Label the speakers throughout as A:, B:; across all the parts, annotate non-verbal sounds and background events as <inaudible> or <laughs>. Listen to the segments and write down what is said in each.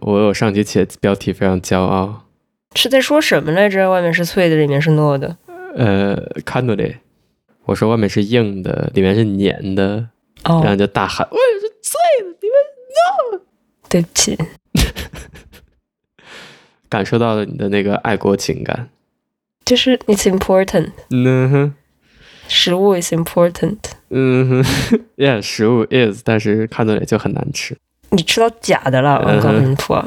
A: 我有上节起的标题非常骄傲，
B: 是在说什么来着？外面是脆的，里面是糯的。
A: 呃 c a n o l 我说外面是硬的，里面是黏的，然后
B: 哦，
A: 就大喊，我是脆的，里面
B: 对不起，
A: 感受到了你的那个爱国情感。
B: 就是 it's important，
A: 嗯哼，
B: 食物 is important。
A: 嗯哼 <laughs> ，yeah，食物 is，但是 c a n o l 就很难吃。
B: 你吃到假的了，我
A: 嗯
B: 告诉你婆，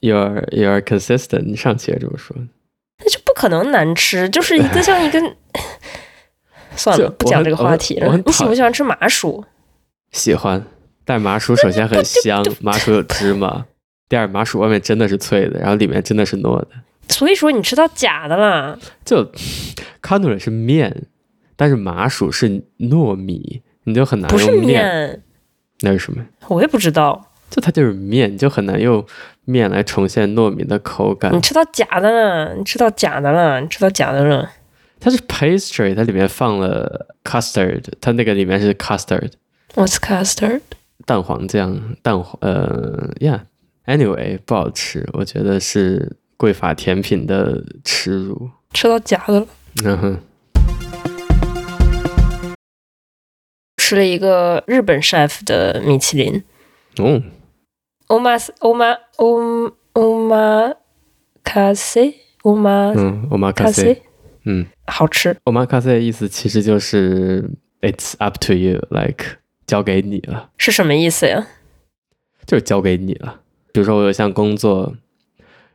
A: You are you are consistent，你上期也这么说。
B: 那就不可能难吃，就是一个像一
A: <laughs>
B: 根。算
A: 这
B: 了，不
A: 我
B: 讲
A: 很
B: 这个
A: 我
B: 话
A: 很
B: 题
A: 我
B: 了
A: 很。
B: 你喜
A: 讨
B: 不喜欢吃麻薯？
A: 喜欢，但麻薯首先很香，麻薯有芝麻。第二，麻薯外面真的是脆的，然后里面真的是糯的。
B: 所以说你吃到假的啦。
A: 就 c a n o l 是面，但是麻薯是糯米，你就很难
B: 不是
A: 用面。
B: 面，
A: 那是什么？
B: 我也不知道。
A: 就它就是面，你就很难用面来重现糯米的口感
B: 你。吃到假的了，你吃到假的了，你吃到假的了。
A: 它是 pastry，它里面放了 custard，它那个里面是 custard
B: What's custard？
A: 蛋黄酱，蛋黄呃呀、yeah.，anyway 不好吃，我觉得是贵法甜品的耻辱。
B: 吃到假的了。
A: 嗯哼，
B: 吃了一个日本 chef 的米其林
A: 哦，
B: o m a s o m a o o ma kase o ma
A: 嗯，omakase，
B: kase，
A: 嗯
B: 好吃。
A: ，omakase 的意思其实就是 it's up to you，like 交给你了。
B: 是什么意思呀？
A: 就是交给你了。比如说我有一项工作，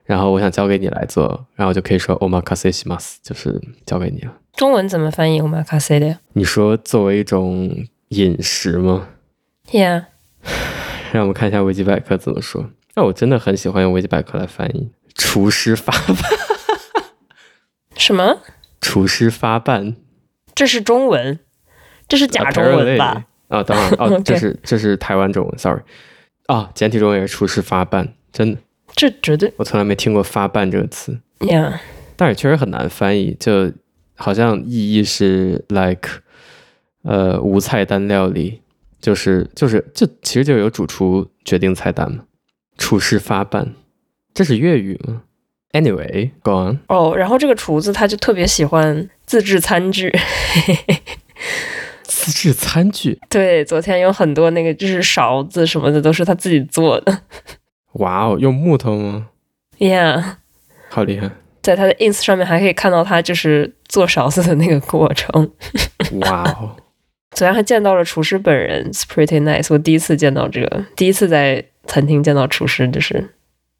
A: 然后我想交给你来做，然后我就可以说 omakase shimas，就是交给你了。
B: 中文怎么翻译 o ma kase 的呀
A: 你说作为一种饮食吗？
B: ？Yeah，
A: 让我们看一下维基百科怎么说。那我真的很喜欢用维基百科来翻译厨师发
B: 什么？
A: <laughs> 厨师发办
B: 这是中文，这是假中文吧？
A: Apparently- 啊、等会儿哦，
B: Okay <laughs>
A: 这是这是台湾中文，sorry 啊、简体中文也是厨师发办，真的，
B: 这绝对
A: 我从来没听过发办这个词。
B: Yeah，
A: 但是确实很难翻译，就好像意义是 like 呃无菜单料理，就是就是这其实就有主厨决定菜单嘛，厨师发办，这是粤语吗？Anyway，go on，
B: 哦。然后这个厨子他就特别喜欢自制餐具。 <laughs>
A: 自制餐具，
B: 对，昨天有很多那个就是勺子什么的都是他自己做的。
A: 哇哦，用木头吗？
B: Yeah，
A: 好厉害，
B: 在他的 ins 上面还可以看到他就是做勺子的那个过程。 <laughs>
A: 哇哦， <laughs>
B: 昨天还见到了厨师本人，It's pretty nice。我第一次见到这个，第一次在餐厅见到厨师，就是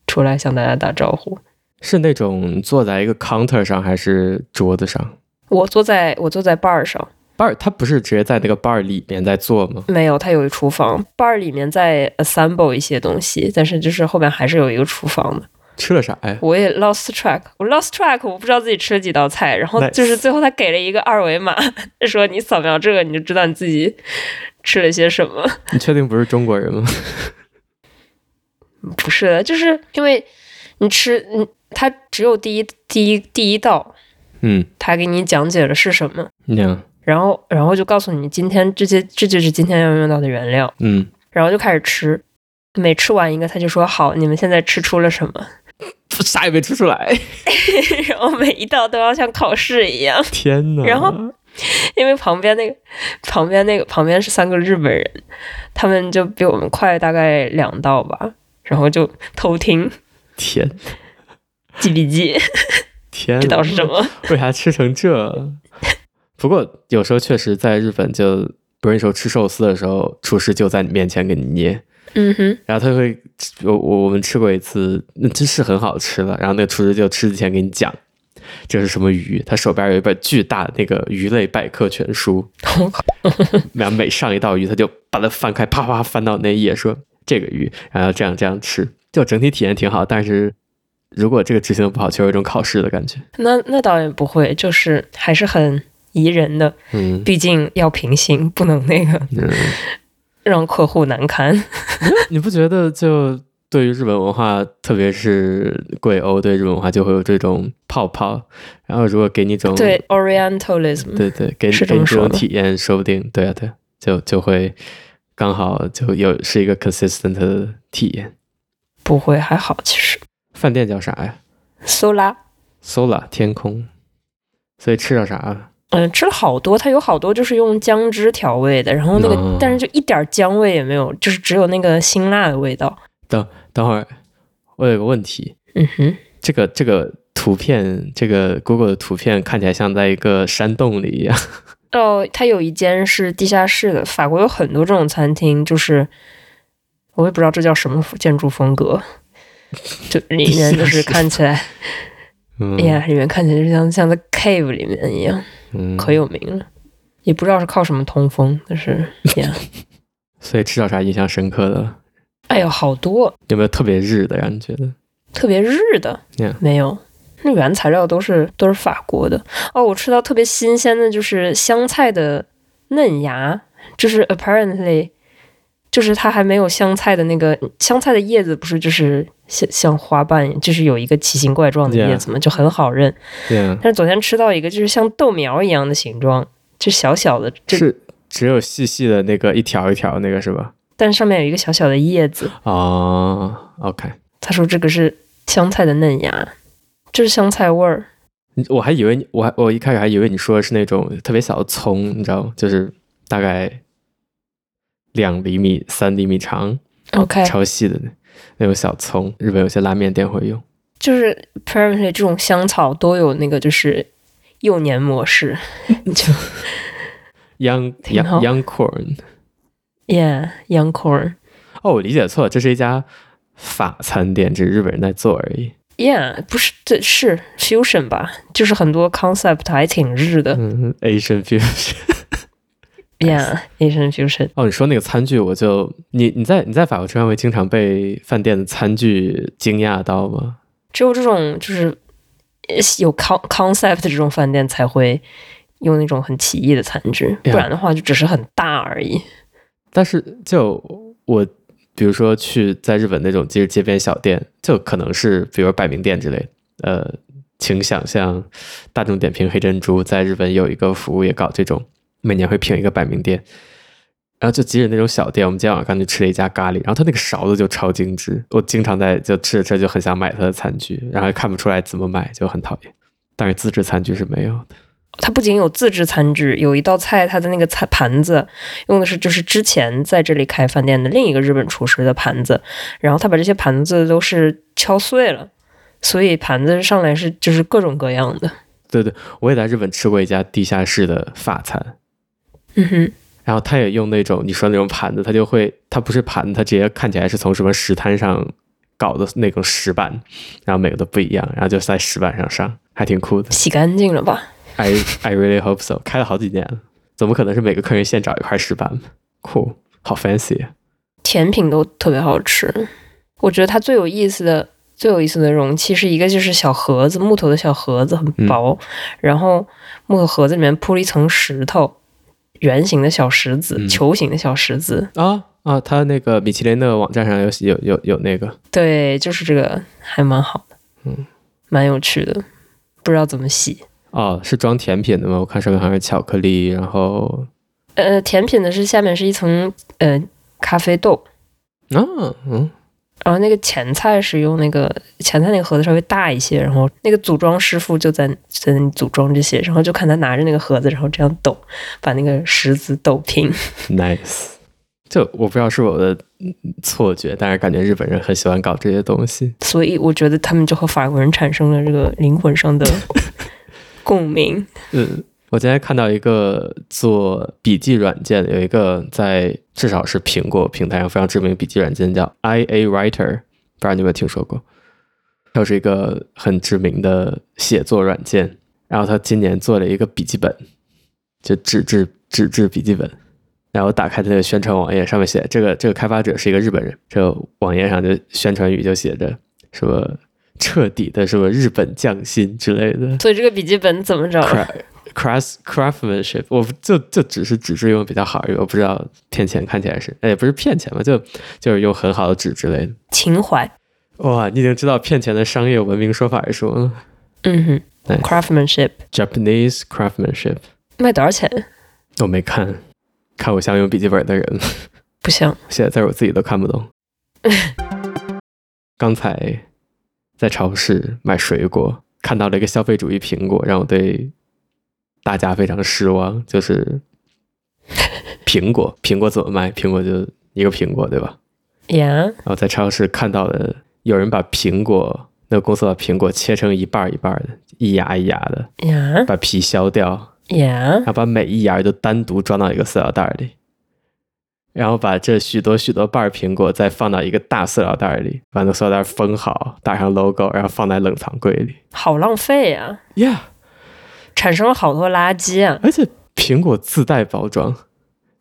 B: 出来向大家打招呼。
A: 是那种坐在一个 counter 上还是桌子上
B: 我坐在我坐在 bar 上，
A: ？bar，他不是直接在那个 bar 里面在做吗？
B: 没有，他有一厨房，bar 里面在 assemble 一些东西，但是就是后面还是有一个厨房的。
A: 吃了啥哎呀？
B: 我也 lost track，我 lost track，我不知道自己吃了几道菜，然后
A: Nice
B: 就是最后他给了一个二维码， <laughs> 说你扫描这个你就知道你自己吃了些什么。
A: 你确定不是中国人吗？
B: 不是的，就是因为你吃，嗯，他只有第一第一第一道，
A: 嗯，
B: 他给你讲解了是什么，
A: 那样，
B: 然后然后就告诉你今天这些这就是今天要用到的原料，
A: 嗯。
B: 然后就开始吃。每吃完一个，他就说：“好，你们现在吃出了什么
A: 啥也没吃出来。？”
B: <laughs> 然后每一道都要像考试一样。
A: 天哪！
B: 然后因为旁边那个，旁边那个，旁边是三个日本人，他们就比我们快大概两道吧，然后就偷听
A: 天
B: 记笔记，
A: 天哪，
B: 这道是什么？
A: 为啥吃成这？不过有时候确实在日本就，比如你说吃寿司的时候，厨师就在你面前给你捏，
B: 嗯哼，
A: 然后他会，我我我们吃过一次，那真是很好吃了。然后那个厨师就吃之前给你讲。这是什么鱼？他手边有一本巨大的那个鱼类百科全书，
B: <laughs> 我靠，
A: 然后每上一道鱼，他就把它翻开，啪啪翻到那一页，说这个鱼，然后这样这样吃，就整体体验挺好。但是如果这个执行的不好，就有一种考试的感觉。
B: 那那倒也不会，就是还是很宜人的，
A: 嗯
B: 毕竟要平心，不能那个 <laughs>
A: 嗯，
B: 让客户难堪。
A: 你不觉得就对于日本文化，特别是贵欧对日本文化，就会有这种泡泡？然后如果给你一种
B: 对 Orientalism，
A: 对对，给你
B: 是这
A: 给你
B: 么
A: 这
B: 说
A: 种
B: 的
A: 体验，说不定对啊对啊，就就会刚好就有是一个 consistent 的体验。
B: 不会，还好其实。
A: 饭店叫啥呀
B: 搜拉，
A: ？Sola 天空。所以吃到啥啊了？
B: 嗯，吃了好多，它有好多就是用姜汁调味的，然后那个、
A: 哦
B: 但是就一点姜味也没有，就是只有那个辛辣的味道。
A: 等会儿我有个问题，
B: 嗯哼，
A: 这个这个图片，这个 Google 的图片看起来像在一个山洞里一样。
B: 哦，它有一间是地下室的，法国有很多这种餐厅，就是我也不知道这叫什么建筑风格，就里面就是看起来，
A: <laughs> 嗯，
B: 哎呀，里面看起来就像像在 cave 里面一样，
A: 嗯
B: 可。有哦名了。也不知道是靠什么通风，但是呀，
A: 所以吃到啥印象深刻的？
B: 哎呦，好多
A: 有没有特别日的让你觉得？
B: 特别日的
A: Yeah
B: 没有，那原材料都是都是法国的哦。我吃到特别新鲜的就是香菜的嫩芽，就是 apparently，就是它还没有香菜的那个香菜的叶子，不是就是像像花瓣，就是有一个奇形怪状的
A: Yeah
B: 叶子嘛就很好认。
A: 对啊，
B: 但是昨天吃到一个就是像豆苗一样的形状，就小小的，就是
A: 只有细细的那个一条一条那个是吧？
B: 但上面有一个小小的叶子。
A: 哦，OK，
B: 他说这个是香菜的嫩芽，这是香菜味儿。
A: 你我还以为你我还我一开始还以为你说的是那种特别小的葱，你知道吗？就是大概两厘米、三厘米长，
B: OK，
A: 超细的那那种小葱。日本有些拉面店会用。
B: 就是 apparently 这种香草都有那个就是幼年模式，就
A: Young
B: 挺好
A: Young Young Corn，
B: yeah young corn
A: 哦，我理解错了，这是一家法餐店，只是日本人在做而已。
B: yeah 不是这是 fusion 吧，就是很多 concept 还挺日的
A: 嗯，Asian fusion。
B: <laughs> yeah Asian fusion
A: 哦，你说那个餐具，我就你你在你在法国吃饭会经常被饭店的餐具惊讶到吗？
B: 只有这种就是呃有 con concept 这种饭店才会用那种很奇异的餐具，
A: Yeah
B: 不然的话就只是很大而已。
A: 但是就我比如说去在日本那种街街边小店，就可能是比如百名店之类的，呃，请想象大众点评黑珍珠在日本有一个服务也搞这种，每年会评一个百名店。然后就即使那种小店，我们今天晚上刚去吃了一家咖喱，然后它那个勺子就超精致，我经常在就吃着吃着就很想买它的餐具，然后也看不出来怎么买，就很讨厌。但是自制餐具是没有的。
B: 它不仅有自制餐具，有一道菜，它的那个菜盘子用的是就是之前在这里开饭店的另一个日本厨师的盘子，然后他把这些盘子都是敲碎了，所以盘子上来是就是各种各样的。
A: 对对，我也在日本吃过一家地下室的法餐，
B: 嗯哼，
A: 然后他也用那种你说那种盘子，他就会，它不是盘子，它直接看起来是从什么石滩上搞的那种石板，然后每个都不一样，然后就在石板上上，还挺酷 <laughs> 的。
B: 洗干净了吧？
A: I I really hope so。开了好几年了，怎么可能是每个客人现找一块石板呢？酷，好 fancy 啊。
B: 甜品都特别好吃，我觉得它最有意思的最有意思的容器是一个就是小盒子，木头的小盒子很薄，然后木头盒子里面铺了一层石头，圆形的小石子，
A: 嗯
B: 球形的小石子。
A: 啊啊！他那个米其林的网站上有有有有那个，
B: 对，就是这个，还蛮好的，
A: 嗯，
B: 蛮有趣的，不知道怎么洗。
A: 哦，是装甜品的吗？我看上面好像是巧克力，然后
B: 呃，甜品的是下面是一层呃咖啡豆，
A: 啊嗯
B: 然后那个前菜是用那个前菜那个盒子稍微大一些，然后那个组装师傅就在在那里组装这些，然后就看他拿着那个盒子，然后这样抖，把那个石子抖平。
A: Nice，就我不知道是我的嗯错觉，但是感觉日本人很喜欢搞这些东西。
B: 所以我觉得他们就和法国人产生了这个灵
A: <laughs>
B: 魂上的共鸣。
A: 嗯，我今天看到一个做笔记软件的，有一个在至少是苹果平台上非常知名的笔记软件叫 IA Writer，不知道你有没有听说过？它是一个很知名的写作软件，然后它今年做了一个笔记本，就纸质纸质笔记本。然后打开它那个宣传网页，上面写这个这个开发者是一个日本人，这个网页上就宣传语就写着什么彻底的什么日本匠心之类的。
B: 所以这个笔记本怎么着？
A: cra- craft craftsmanship，我不就就只是纸质用比较好而已，我不知道骗钱看起来是，哎，也不是骗钱吧，就就是用很好的纸之类的。
B: 情怀，
A: 哇，你已经知道骗钱的商业文明说法是什么了
B: 嗯哼
A: Nice
B: ，craftsmanship，
A: ？Japanese craftsmanship，
B: 卖多少钱？
A: 我没看，看我像用笔记本的人， <laughs>
B: 不像。
A: 写的字儿我自己都看不懂。刚才在超市买水果，看到了一个消费主义苹果，让我对大家非常失望。就是苹果，苹果怎么卖？苹果就一个苹果，对吧？
B: <laughs> 呀，
A: 然后在超市看到了有人把苹果，那个公司把苹果切成一半儿一半儿的，一芽一芽的，
B: 呀
A: 把皮削掉，
B: 呀
A: 然！后把每一芽儿都单独装到一个塑料袋儿里，然后把这许多许多瓣儿苹果再放到一个大塑料袋儿里，把那塑料袋儿封好，打上 logo，然后放在冷藏柜里。
B: 好浪费啊，
A: Yeah，
B: 产生了好多垃圾啊！
A: 而且苹果自带包装，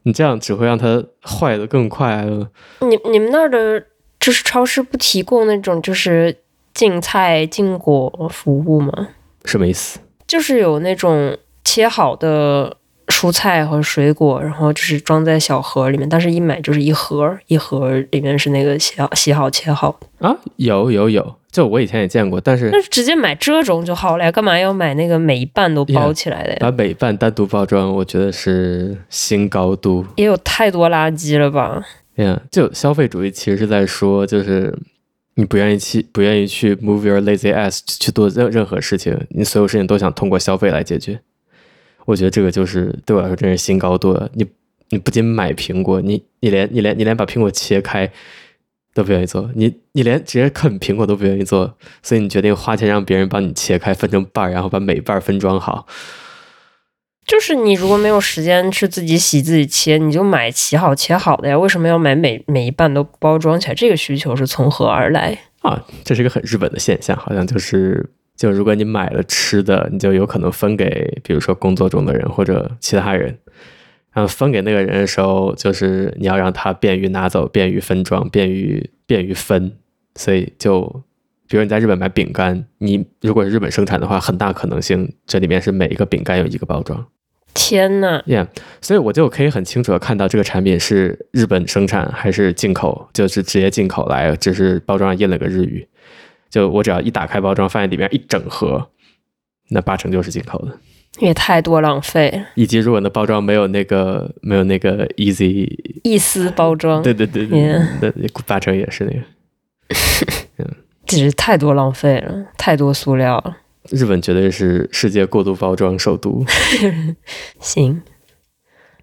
A: 你这样只会让它坏的更快啊了。
B: 你你们那儿的，就是超市不提供那种就是进菜进果服务吗？
A: 什么意思？
B: 就是有那种切好的蔬菜和水果，然后就是装在小盒里面，但是一买就是一盒，一盒里面是那个洗好洗好切好的，
A: 啊，有有有，就我以前也见过，但是
B: 那直接买这种就好了呀，干嘛要买那个每一半都包起来的呀？
A: 把每半单独包装，我觉得是新高度。
B: 也有太多垃圾了吧？
A: 哎呀、就消费主义其实是在说，就是你不愿意去，不愿意去 move your lazy ass 去做任任何事情，你所有事情都想通过消费来解决。我觉得这个就是对我来说，真是新高度了。你你不仅买苹果，你你连你连你连把苹果切开都不愿意做，你你连直接啃苹果都不愿意做，所以你决定花钱让别人帮你切开分成瓣儿，然后把每瓣儿分装好。
B: 就是你如果没有时间去自己洗自己切，你就买洗好切好的呀。为什么要买每每一半都包装起来？这个需求是从何而来？
A: 啊，这是一个很日本的现象，好像就是，就如果你买了吃的，你就有可能分给，比如说工作中的人或者其他人。然后分给那个人的时候，就是你要让他便于拿走，便于分装，便于便于分。所以就，比如你在日本买饼干，你如果是日本生产的话，很大可能性这里面是每一个饼干有一个包装。
B: 天呐，
A: Yeah，所以我就可以很清楚的看到这个产品是日本生产还是进口，就是直接进口来，只是包装上印了个日语。就我只要一打开包装，发现里面一整盒，那八成就是进口的。
B: 也太多浪费了，
A: 以及如果那包装没有那个没有那个 easy，
B: 一丝包装，
A: 对对对对
B: Yeah，
A: 那八成也是那个。
B: 简直太多浪费了，太多塑料了。
A: 日本绝对是世界过度包装首都。
B: 行，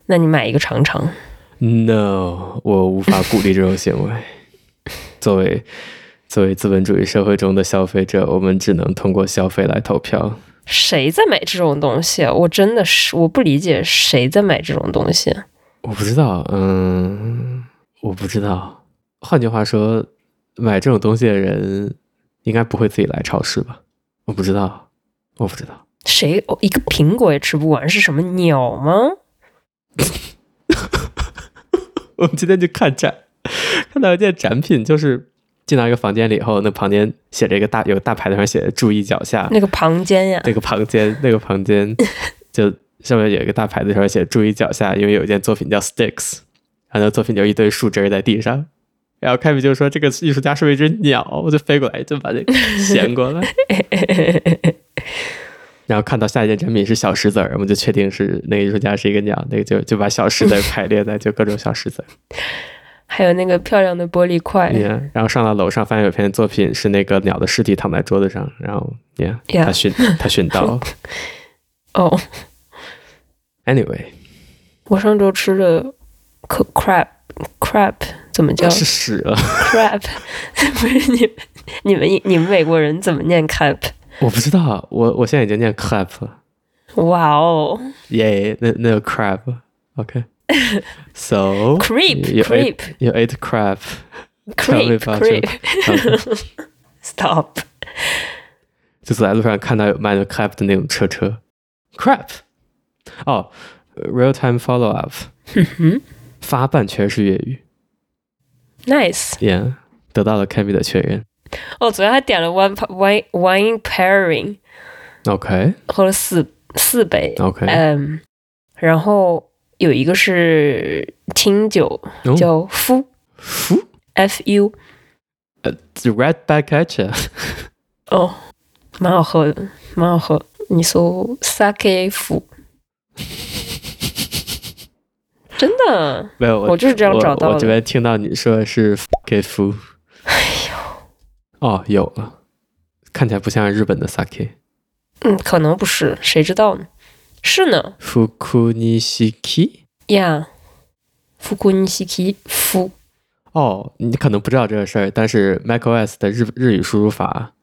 B: 那你买一个尝尝。
A: No，我无法鼓励这种行为。作为作为资本主义社会中的消费者，我们只能通过消费来投票。
B: 谁在买这种东西啊？我真的是我不理解谁在买这种东西啊。
A: 我不知道，嗯，我不知道。换句话说，买这种东西的人应该不会自己来超市吧？我不知道，我不知道。
B: 谁、哦、一个苹果也吃不完，是什么鸟吗？
A: 我们今天去看展，看到一件展品，就是进到一个房间里以后，那旁边写着一个大有个大牌子上写着“注意脚下”，
B: 那个旁肩呀，
A: 那个房间，那个房间就上面有一个大牌子，上面写“注意脚下”，因为有一件作品叫 Sticks，然后那作品就一堆树枝儿在地上。然后开始就说这个艺术家是不是一只鸟，我就飞过来就把这个衔过来。然后看到下一件展品是小石子儿，我们就确定是那个艺术家是一个鸟，那个就就把小石子儿排列在就各种小石子儿
B: 还有那个漂亮的玻璃块。
A: y 然后上到楼上发现有篇作品是那个鸟的尸体躺在桌子上，然后 yeah,
B: Yeah
A: 他寻他寻到
B: 哦，
A: anyway
B: 我上周吃的可 crab crab
A: <laughs>
B: 怎么叫
A: 是屎了。
B: crab？不是你们你们你们美国人怎么念 crab？
A: <laughs> 我不知道，我我现在已经念 clap 了，
B: 哇哦
A: 耶、那那个 crab，OK，so、So,
B: ，creep
A: you ate-
B: creep
A: you ate crab，tell me
B: creep
A: about
B: creep
A: it.
B: stop！
A: <laughs> 就走在路上看到有卖的 crab 的那种车车，crab，哦、r e a l time follow up，
B: 哼哼
A: 发办全是粤语
B: ，nice！
A: ，yeah，得到了 Cammy 的确认
B: 哦，昨天还点了 one pa- wine wine pairing，
A: ，OK
B: 喝了四四杯，
A: OK，、
B: 嗯，然后有一个是清酒，
A: 哦
B: 叫夫。
A: 呼
B: F U，
A: ，right back at you，
B: 哦，蛮好喝的，蛮好喝。你搜 sake 夫，真的，
A: 没有我
B: 我就是这样找
A: 我
B: 到
A: 我这
B: 的。
A: 边听到你说的是给夫，哦，有了，看起来不像日本的 sake。
B: 嗯，可能不是，谁知道呢？是呢
A: f u k u n i s h i k i
B: 呀，福库尼西奇福
A: 哦，你可能不知道这个事儿，但是 macOS 的日日语输入法，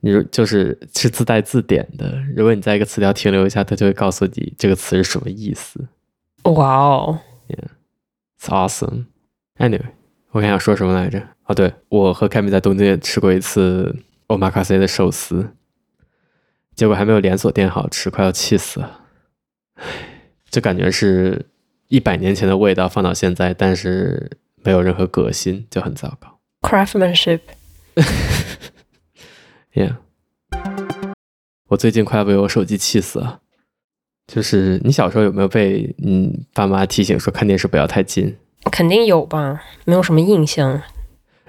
A: 你如就是是自带字典的。如果你在一个词条停留一下，它就会告诉你这个词是什么意思。
B: 哇哦，
A: It's awesome. Anyway，我刚想说什么来着？哦，对，我和凯米在东京也吃过一次 omakase 的寿司，结果还没有连锁店好吃，快要气死了。唉，就感觉是一百年前的味道放到现在，但是没有任何革新，就很糟糕。
B: craftsmanship，
A: Yeah，我最近快要被我手机气死了。就是你小时候有没有被嗯爸妈提醒说看电视不要太近？
B: 肯定有吧？没有什么印象。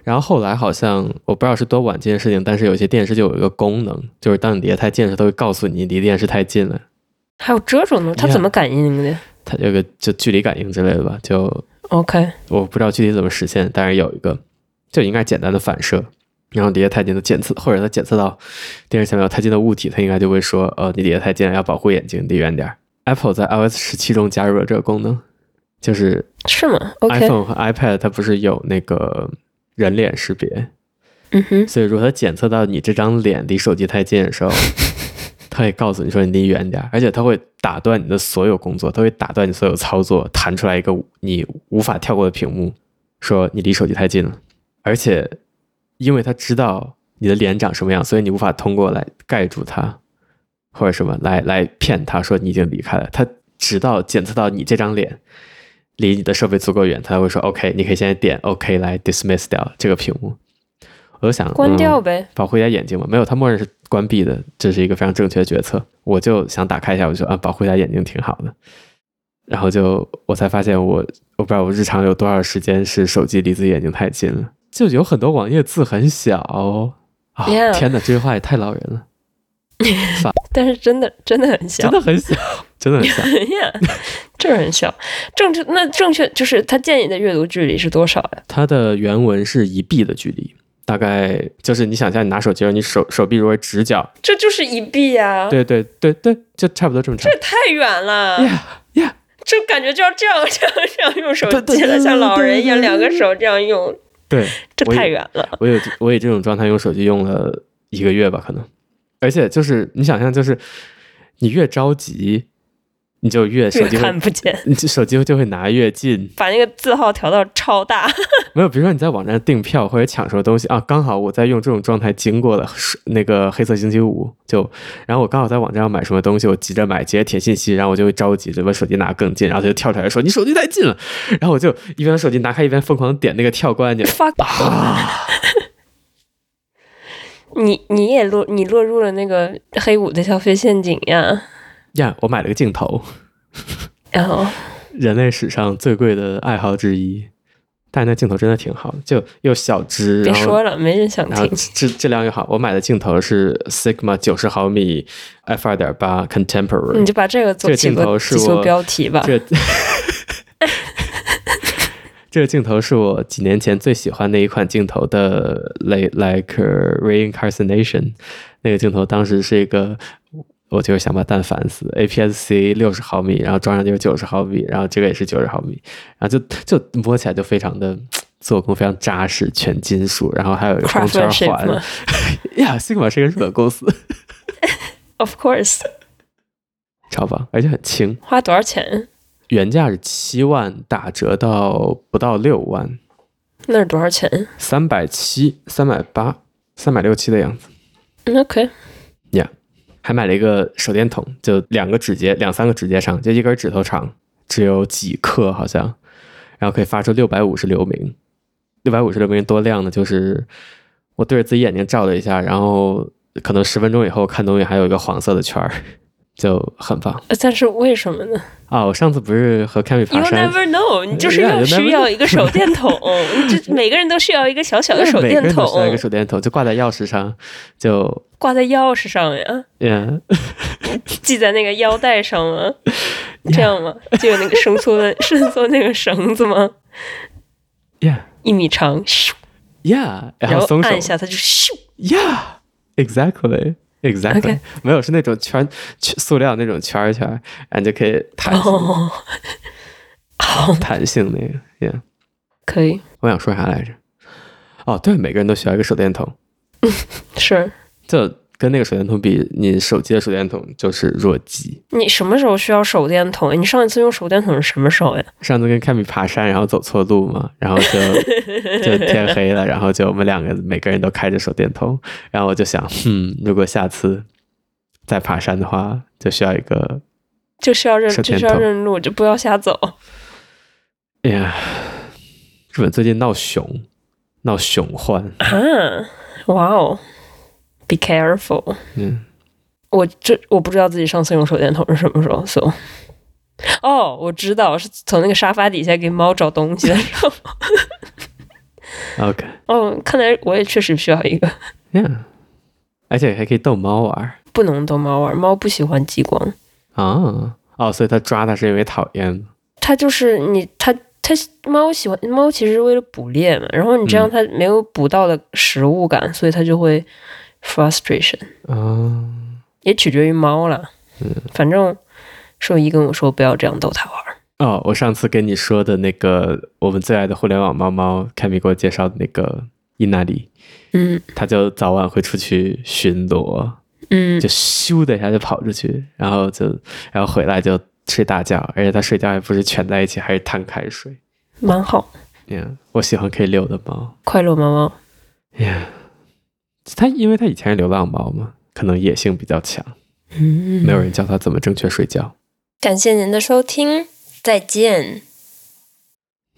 A: 然后后来好像我不知道是多晚这件事情，但是有些电视就有一个功能，就是当你离得太近的时候，它会告诉你离电视太近了，
B: 还有这种呢？它怎么感应的
A: 它这个就距离感应之类的吧，就
B: ？OK，
A: 我不知道具体怎么实现，但是有一个就应该简单的反射，然后离得太近的检测，或者它检测到电视前面有太近的物体，它应该就会说，呃，你离得太近了，要保护眼睛，离远点儿。Apple 在 iOS 十七中加入了这个功能，就是
B: 是吗？OK，
A: iPhone 和 iPad 它不是有那个人脸识别，
B: 嗯哼，
A: 所以如果它检测到你这张脸离手机太近的时候，它会告诉你说你离远点儿，而且它会打断你的所有工作，它会打断你所有操作，弹出来一个你无法跳过的屏幕，说你离手机太近了。而且，因为它知道你的脸长什么样，所以你无法通过来盖住它或者什么来来骗它说你已经离开了。它直到检测到你这张脸。离你的设备足够远，它才会说 “OK”，你可以现在点 “OK” 来 dismiss 掉这个屏幕。我就想
B: 关
A: 嗯
B: 掉呗。
A: 保护一下眼睛嘛，没有，它默认是关闭的，这是一个非常正确的决策。我就想打开一下，我就说啊，保护一下眼睛挺好的。然后就我才发现我，我不知道我日常有多少时间是手机离自己眼睛太近了，就有很多网页字很小啊
B: Yeah
A: 天哪，这句话也太老人了，
B: 但是真的真的很小
A: <laughs> 真，
B: <laughs>
A: 的很小，真的很小。 <laughs>
B: 呀，就是很小。正确那正确就是他建议的阅读距离是多少呀？
A: 它的原文是一臂的距离，大概就是你想象你拿手机，你手手臂如果是直角，
B: 这就是一啊臂呀，
A: 对对对对，就差不多这么长。
B: 这太远了。
A: 呀呀，
B: 就感觉就要这样这样这样用手
A: 对对
B: 机了，
A: 对
B: 像老人一样
A: 对对
B: 两个手这样用，
A: 对，
B: 这
A: 我也
B: 太远了。
A: 我有 <laughs> 这我以这种状态用手机用了一个月吧，可能。而且就是你想象，就是你越着急，你就越手
B: 越
A: 机会
B: 看，不见，
A: 你就手机就会拿越近。
B: 把那个字号调到超大。
A: 没有，比如说你在网站订票或者抢什么东西啊，刚好我在用这种状态经过了是那个黑色星期五，就然后我刚好在网站上买什么东西，我急着买，急着填信息，然后我就会着急，就把手机拿更近，然后他就跳出来说你手机太近了， <laughs> 然后我就一边手机拿开一边疯狂点那个跳过按钮
B: <laughs> fuck，
A: 啊，
B: <laughs> 你你也落你落入了那个黑五的消费陷阱呀。
A: 呀，我买了个镜头。
B: 然后
A: 人类史上最贵的爱好之一。但是那镜头真的挺好的，就又小只，
B: 别
A: 然后
B: 说了，没人想
A: 然后
B: 听。
A: 质质量又好。我买的镜头是 Sigma 九十毫米 f 二点八
B: 你
A: Contemporary，
B: 就把这个
A: 这
B: 做
A: 个
B: 起
A: 镜头
B: 个
A: 是
B: 起做
A: 我
B: 标题吧。
A: 这这个镜头是我几年前最喜欢的一款镜头的 like like uh, reincarnation。那个镜头当时是一个，我就是想把蛋烦死。APS-C 六十毫米，然后装上就是九十毫米，然后这个也是九十毫米，然后就就摸起来就非常的做工非常扎实，全金属，然后还有一个光圈
B: Craftsmanship
A: 环
B: 吗。
A: 呀，Sigma 是一个日本公司， <laughs>
B: Of course，
A: 超棒，而且很轻。
B: 花多少钱？
A: 原价是七万，打折到不到六万，
B: 那是多少钱
A: 三百七、三百八、三百六七的样子。
B: 嗯？OK，
A: 还买了一个手电筒，就两个指节，两三个指节长，就一根指头长，只有几克好像，然后可以发出六百五十流明。六百五十流明多亮呢？就是我对着自己眼睛照了一下，然后可能十分钟以后看东西还有一个黄色的圈儿，就很棒
B: 呃但是为什么呢
A: 啊！我上次不是和 Cammy 爬
B: ？You
A: 山， <laughs>
B: never know，你就是
A: 哎呀
B: 要
A: you
B: 需
A: never
B: 要
A: know
B: 一个手电筒，你
A: <laughs>
B: 这每个人都需要一个小小的手
A: 每个
B: 电
A: 人
B: 筒
A: 都，需要一个手电筒，就挂在钥匙上，就
B: 挂在钥匙上呀，
A: 嗯。
B: 系在那个腰带上吗？这样吗？就有那个伸缩的伸缩那个绳子吗？
A: Yeah.
B: 一米长，咻
A: yeah，然
B: 然
A: 后
B: 后
A: 松手
B: 按一下它就咻。
A: ，yeah，exactly。Exactly，、
B: OK
A: 没有是那种圈圈塑料那种圈儿圈儿，然后就可以弹性、
B: 哦，好，
A: 弹性那个，yeah。
B: 可以
A: 我想说啥来着？哦，对，每个人都需要一个手电筒，
B: 是。
A: 这跟那个手电筒比，你手机的手电筒就是弱鸡。
B: 你什么时候需要手电筒？啊你上一次用手电筒是什么时候呀？ <laughs>
A: 上次跟凯米爬山，然后走错路嘛，然后
B: <laughs>
A: 就就天黑了，然后就我们两个每个人都开着手电筒，然后我就想，嗯，如果下次再爬山的话，就需要一个，
B: 就需要认，
A: 手电
B: 就
A: 筒
B: 需要认路，就不要瞎走。
A: 哎呀，日本最近闹熊，闹熊患，
B: 啊，哇哦，Be careful！
A: 嗯，
B: 我这我不知道自己上次用手电筒是什么时候，so。哦，我知道，是从那个沙发底下给猫找东西的时候。 <laughs>
A: ，OK，
B: 哦，看来我也确实需要一个，
A: yeah. 而且还可以逗猫玩儿。
B: 不能逗猫玩，猫不喜欢激光，
A: 啊，哦，所以他抓他是因为讨厌，
B: 它就是你，它它猫喜欢猫其实是为了捕猎嘛，然后你这样
A: 嗯
B: 它没有捕到的食物感，所以它就会 frustration。
A: 啊，
B: 也取决于猫了。
A: 嗯，
B: 反正兽医跟我说不要这样逗它玩儿。
A: 哦，我上次跟你说的那个我们最爱的互联网猫猫，凯米给我介绍的那个伊纳里，
B: 嗯
A: 它就早晚会出去巡逻，
B: 嗯
A: 就咻的一下就跑出去，然后就然后回来就睡大觉，而且它睡觉还不是蜷在一起，还是摊开睡。
B: 蛮好，
A: 嗯，我喜欢可以遛的猫。
B: 快乐猫猫。
A: 呀，它因为它以前是流浪猫嘛，可能野性比较强，
B: 嗯
A: 没有人教它怎么正确睡觉。
C: 感谢您的收听，再见。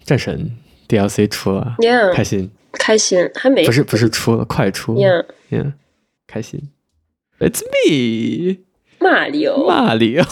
A: 战神 DLC 出了。
B: ，Yeah，
A: 开心，
B: 开心，还没
A: 不是不是出了，快出了，
B: ，Yeah，
A: 嗯，开心。It's me，
B: 马里奥，
A: 马里奥，